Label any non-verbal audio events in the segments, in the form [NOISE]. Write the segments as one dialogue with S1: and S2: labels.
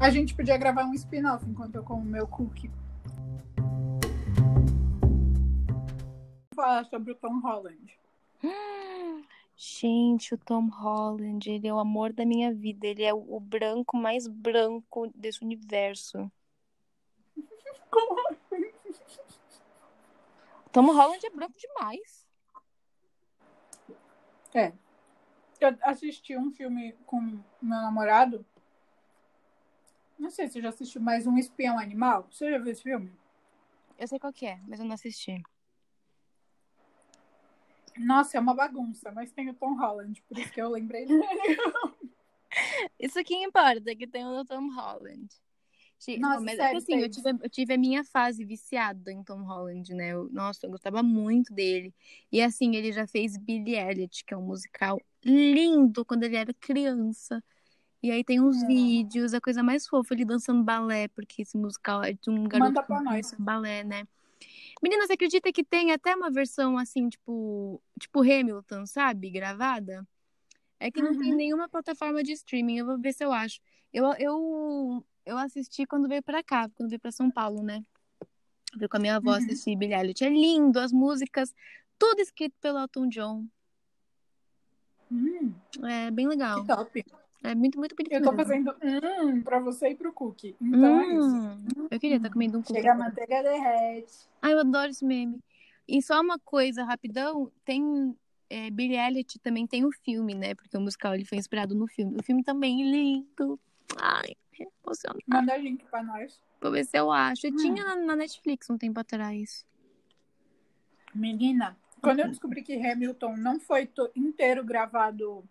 S1: A gente podia gravar um spin-off enquanto eu como meu cookie. Vou falar sobre o Tom Holland. [LAUGHS]
S2: Gente, o Tom Holland, ele é o amor da minha vida. Ele é o branco mais branco desse universo.
S1: Como assim?
S2: O Tom Holland é branco demais.
S1: É. Eu assisti um filme com meu namorado. Não sei se você já assistiu mais Um Espião Animal. Você já viu esse filme?
S2: Eu sei qual que é, mas eu não assisti.
S1: Nossa, é uma bagunça, mas tem o Tom Holland, por isso que eu lembrei
S2: Isso que importa, que tem o do Tom Holland. Gente,
S1: Nossa,
S2: não, mas
S1: sério,
S2: assim, eu
S1: tem.
S2: tive, eu tive a minha fase viciada em Tom Holland, né? Eu- nossa, eu gostava muito dele. E assim, ele já fez Billy Elliot, que é um musical lindo quando ele era criança. E aí tem
S1: É.
S2: uns vídeos, a coisa mais fofa, ele dançando balé, porque esse musical é de um garoto
S1: Manda
S2: que
S1: pra nós.
S2: dança balé, né? Menina, você acredita que tem até uma versão assim, tipo, tipo Hamilton, sabe? Gravada? É que não tem
S1: Uhum.
S2: nenhuma plataforma de streaming, eu vou ver se eu acho. Eu, eu, eu assisti quando veio pra cá, quando veio pra São Paulo, né? Eu fui com a minha avó
S1: Uhum.
S2: assistir Billie Eilish. É lindo, as músicas, tudo escrito pelo Elton John.
S1: [LAUGHS] Hum,
S2: É bem legal.
S1: que top.
S2: É muito, muito bonito.
S1: Eu tô
S2: mesmo.
S1: fazendo hum pra você e pro cookie. Então é isso. Uhum.
S2: Hum, eu queria estar comendo um cookie.
S1: Chega a manteiga derrete.
S2: Ai, eu adoro esse meme. E só uma coisa, rapidão, tem é, Billie Eilish também tem o filme, né? Porque o musical ele foi inspirado no filme. O filme também é lindo. Ai, emocionante.
S1: Manda link pra nós.
S2: Vou ver se eu acho. Eu
S1: Hum.
S2: tinha na, na Netflix um tempo atrás.
S1: Menina, quando
S2: Uhum.
S1: eu descobri que Hamilton não foi to- inteiro gravado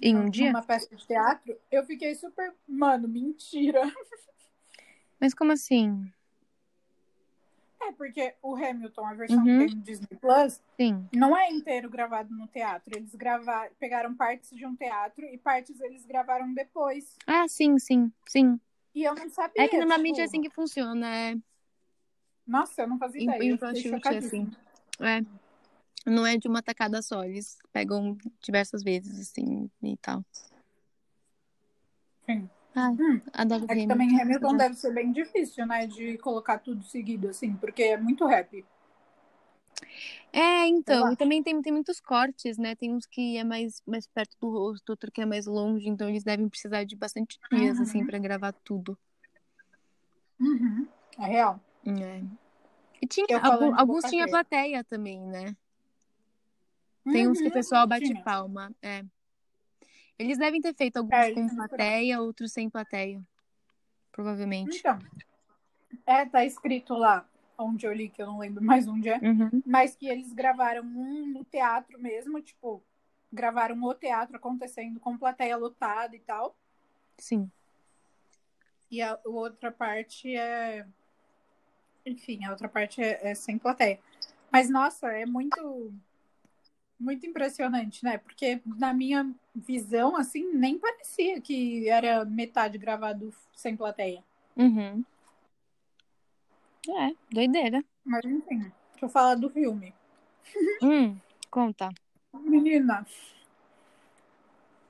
S2: Em um dia?
S1: numa peça de teatro, eu fiquei super. Mano, mentira. [LAUGHS]
S2: Mas como assim?
S1: É porque o Hamilton, a versão
S2: Uhum.
S1: que tem no Disney Plus,
S2: Sim.
S1: não é inteiro gravado no teatro. Eles grava... pegaram partes de um teatro e partes eles gravaram depois.
S2: Ah, sim, sim, sim.
S1: E eu não sabia.
S2: É que normalmente
S1: tipo,
S2: é assim que funciona, é
S1: Nossa, eu não fazia
S2: em,
S1: ideia.
S2: em
S1: Eu fiquei
S2: Frontwood, assim.
S1: chocadíssima.
S2: É. Não é de uma tacada só, eles pegam diversas vezes, assim, e tal.
S1: Sim.
S2: Ai,
S1: Hum.
S2: adoro
S1: É que
S2: Hamilton.
S1: também Hamilton
S2: Adoro.
S1: deve ser bem difícil, né? De colocar tudo seguido, assim, porque é muito rap.
S2: É,
S1: Sei
S2: então,
S1: lá.
S2: e também tem, tem muitos cortes, né? Tem uns que é mais, mais perto do rosto, outro que é mais longe, então eles devem precisar de bastante dias,
S1: Uhum.
S2: assim, pra gravar tudo.
S1: Uhum. É real.
S2: É. E tinha,
S1: Eu
S2: algum-
S1: falando de
S2: alguns
S1: boca
S2: tinha
S1: cheia.
S2: plateia também, né? Tem uns que o pessoal bate
S1: Uhum. tinha.
S2: palma, é. Eles devem ter feito alguns
S1: É,
S2: com
S1: eles misturaram.
S2: plateia, outros sem plateia, provavelmente.
S1: Então, é, tá escrito lá, onde eu li, que eu não lembro mais onde é,
S2: Uhum.
S1: mas que eles gravaram um no teatro mesmo, tipo, gravaram o teatro acontecendo com plateia lotada e tal,
S2: Sim.
S1: e a outra parte é. Enfim, a outra parte é, é sem plateia. Mas, nossa, é muito. Muito impressionante, né? Porque na minha visão, assim, nem parecia que era metade gravado sem plateia.
S2: Uhum. É, doideira.
S1: Mas enfim, deixa eu falar do filme.
S2: Hum, conta.
S1: Menina,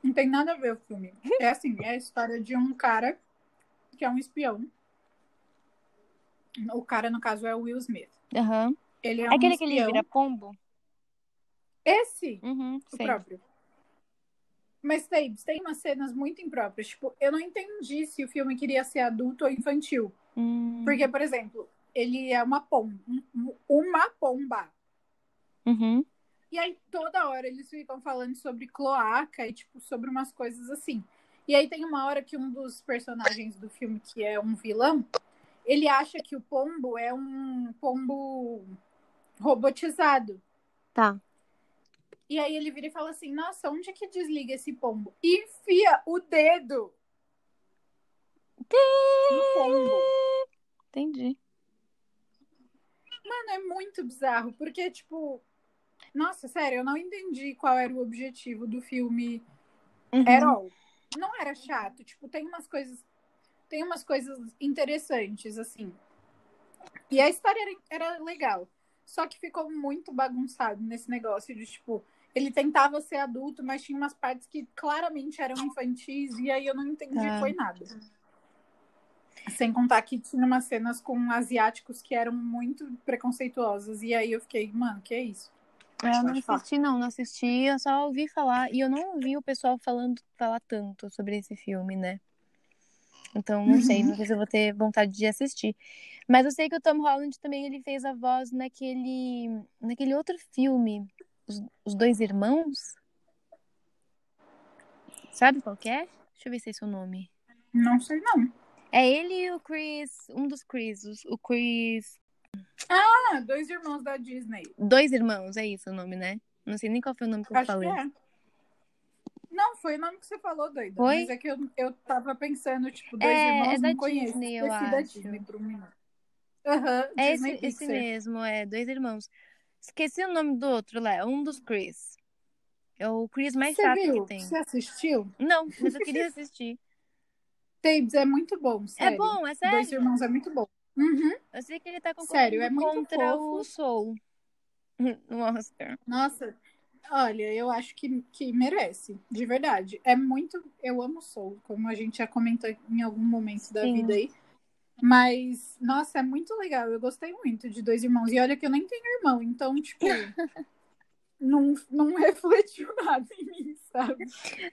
S1: não tem nada a ver o filme. É assim, é a história de um cara que é um espião. O cara, no caso, é o Will Smith.
S2: Aham.
S1: Ele é,
S2: É
S1: um
S2: aquele que
S1: espião.
S2: ele vira pombo?
S1: Esse,
S2: Uhum,
S1: o
S2: sei.
S1: próprio. Mas, Tabes, tem umas cenas muito impróprias. Tipo, eu não entendi se o filme queria ser adulto ou infantil.
S2: Hum,
S1: Porque, por exemplo, ele é uma pomba. um, Uma pomba.
S2: Uhum.
S1: E aí, toda hora, eles ficam falando sobre cloaca e, tipo, sobre umas coisas assim. E aí tem uma hora que um dos personagens do filme, que é um vilão, ele acha que o pombo é um pombo robotizado.
S2: Tá.
S1: E aí ele vira e fala assim, nossa, onde é que desliga esse pombo? E enfia o dedo no pombo.
S2: Entendi.
S1: Mano, é muito bizarro, porque, tipo... Nossa, sério, eu não entendi qual era o objetivo do filme
S2: Uhum.
S1: at all. Não era chato, tipo, tem umas coisas tem umas coisas interessantes assim. E a história era, era legal. Só que ficou muito bagunçado nesse negócio de tipo, ele tentava ser adulto, mas tinha umas partes que claramente eram infantis e aí eu não entendi
S2: Tá.
S1: foi nada. Sem contar que tinha umas cenas com asiáticos que eram muito preconceituosas. E aí eu fiquei, mano, que é isso?
S2: Eu não
S1: Pode falar.
S2: assisti, não, não assisti, eu só ouvi falar, e eu não ouvi o pessoal falando falar tanto sobre esse filme, né? Então, não
S1: Uhum.
S2: sei, não sei se eu vou ter vontade de assistir. Mas eu sei que o Tom Holland também ele fez a voz naquele, naquele outro filme, Os, Os Dois Irmãos. Sabe qual que é? Deixa eu ver se é esse o nome.
S1: Não sei, não.
S2: É ele e o Chris, um dos Chris, os- o Chris.
S1: Ah, dois irmãos da Disney.
S2: Dois Irmãos, é isso o nome, né? Não sei nem qual foi o nome que eu
S1: Acho
S2: falei.
S1: que é. Não, foi o nome que você falou, doida.
S2: Foi?
S1: Mas é que eu, eu tava pensando, tipo, dois
S2: É,
S1: irmãos
S2: é da
S1: não conheço.
S2: Disney, eu
S1: Esqueci da
S2: acho.
S1: Disney por um minuto. Aham,
S2: É esse,
S1: Disney
S2: esse
S1: Pixar.
S2: mesmo, é Dois Irmãos. Esqueci o nome do outro lá, é um dos Chris. É o Chris mais
S1: Você
S2: chato
S1: viu?
S2: que tem.
S1: Você assistiu?
S2: Não,
S1: [LAUGHS]
S2: mas eu queria assistir.
S1: Tabes é muito bom, sério.
S2: É bom, é
S1: Dois
S2: sério.
S1: irmãos é muito bom. Uhum.
S2: Eu sei que ele tá concorrendo
S1: Sério, é muito
S2: contra
S1: fofo.
S2: o Soul [LAUGHS] no Oscar.
S1: Nossa, olha, eu acho que, que merece, de verdade. É muito. Eu amo Soul, como a gente já comentou em algum momento da
S2: Sim.
S1: vida aí. Mas, nossa, é muito legal. Eu gostei muito de Dois Irmãos. E olha que eu nem tenho irmão, então, tipo.
S2: [LAUGHS]
S1: não, não refletiu nada em mim, sabe?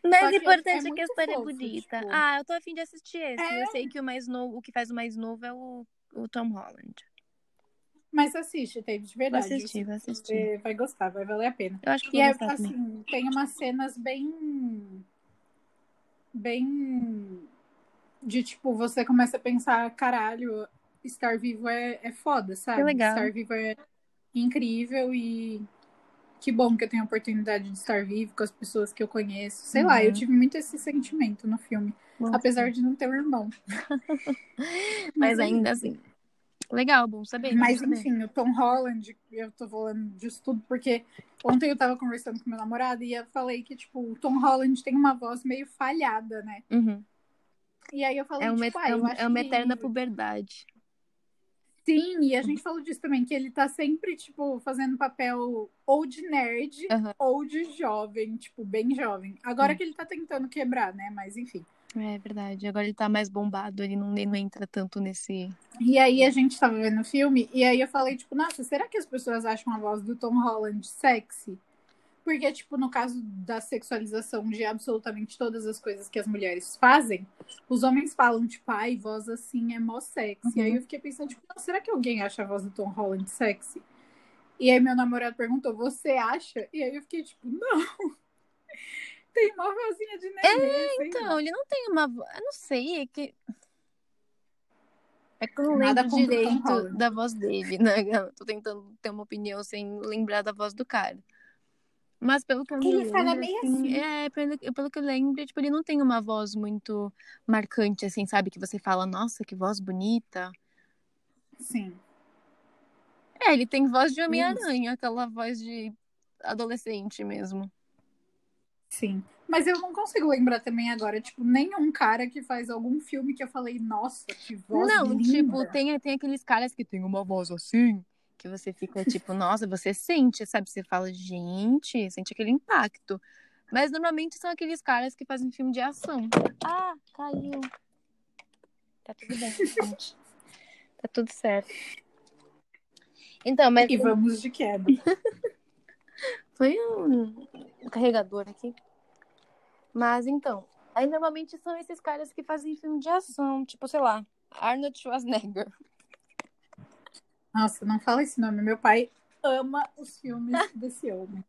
S2: Mas
S1: Só
S2: o
S1: que é- é
S2: importante é, que a
S1: muito
S2: história
S1: fofo,
S2: é bonita.
S1: tipo.
S2: Ah, eu tô afim de assistir esse.
S1: É.
S2: Eu sei que o mais novo, o que faz o mais novo é o, o Tom Holland.
S1: Mas assiste, David, de
S2: Vou
S1: verdade.
S2: assistir, vou assistir.
S1: Você vai gostar, vai valer a pena.
S2: Eu acho que
S1: E
S2: vou
S1: é,
S2: gostar também.
S1: assim, tem umas cenas bem. Bem. De tipo, você começa a pensar, caralho, estar vivo é, é foda, sabe?
S2: Que legal.
S1: Estar vivo é incrível e que bom que eu tenho a oportunidade de estar vivo com as pessoas que eu conheço. Sei lá,
S2: Uhum.
S1: eu tive muito esse sentimento no filme,
S2: Bom,
S1: apesar de não ter um
S2: [LAUGHS]
S1: irmão.
S2: Mas
S1: é
S2: ainda assim. Legal, bom saber. bom
S1: Mas
S2: saber.
S1: enfim, o Tom Holland, eu tô falando disso tudo porque ontem eu tava conversando com meu namorado e eu falei que, tipo, o Tom Holland tem uma voz meio falhada, né?
S2: Uhum.
S1: E aí eu falei,
S2: É uma,
S1: tipo, ah,
S2: é
S1: eu
S2: uma,
S1: acho
S2: é uma eterna
S1: que...
S2: puberdade.
S1: Sim, e a gente falou disso também, que ele tá sempre, tipo, fazendo papel ou de nerd
S2: Aham.
S1: ou de jovem, tipo, bem jovem. Agora
S2: Sim.
S1: que ele tá tentando quebrar, né? Mas enfim.
S2: É verdade. Agora ele tá mais bombado, ele não, ele não entra tanto nesse.
S1: E aí a gente tava vendo o filme, e aí eu falei, tipo, nossa, será que as pessoas acham a voz do Tom Holland sexy? Porque, tipo, no caso da sexualização de absolutamente todas as coisas que as mulheres fazem, os homens falam, tipo, ai, voz assim é mó sexy.
S2: Uhum.
S1: Aí eu fiquei pensando, tipo, "Nossa, será que alguém acha a voz do Tom Holland sexy? E aí meu namorado perguntou, você acha? E aí eu fiquei, tipo, não. [LAUGHS] Tem mó vozinha de neném. sei lá.
S2: Então, ele não tem uma. vo- Eu não sei, é que. É que eu não
S1: Nada contra
S2: lembro
S1: o Tom
S2: direito
S1: Holland.
S2: da voz dele, né? [LAUGHS] Eu tô tentando ter uma opinião sem lembrar da voz do cara. Mas pelo que eu
S1: Ele
S2: me
S1: fala
S2: lembro,
S1: meio assim.
S2: É, pelo, pelo que eu lembro, tipo, ele não tem uma voz muito marcante, assim, sabe? Que você fala, nossa, que voz bonita.
S1: Sim.
S2: É, ele tem voz de
S1: Homem-Aranha,
S2: Homem-Aranha, aquela voz de adolescente mesmo.
S1: Sim. Mas eu não consigo lembrar também agora, tipo, nenhum cara que faz algum filme que eu falei, nossa, que voz
S2: Não,
S1: linda.
S2: tipo, tem, tem aqueles caras que tem uma voz assim, que você [LAUGHS] fica tipo, nossa, você sente, sabe? Você fala, gente, sente aquele impacto. Mas normalmente são aqueles caras que fazem filme de ação. Ah, caiu. Tá tudo bem, [LAUGHS] gente. Tá tudo certo. Então, mas
S1: E vamos de queda.
S2: foi um um carregador aqui. Mas então, aí normalmente são esses caras que fazem filme de ação, tipo, sei lá, Arnold Schwarzenegger. [LAUGHS]
S1: Nossa, não fala esse nome. Meu pai ama os filmes desse homem.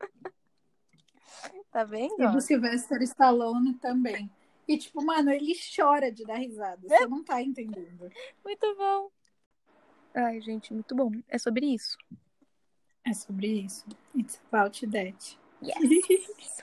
S2: Tá vendo?
S1: E do Sylvester Stallone também. E, tipo, mano, ele chora de dar risada.
S2: É.
S1: Você não tá entendendo.
S2: Muito bom. Ai, gente, muito bom. É sobre isso.
S1: É sobre isso. It's about that.
S2: Yes.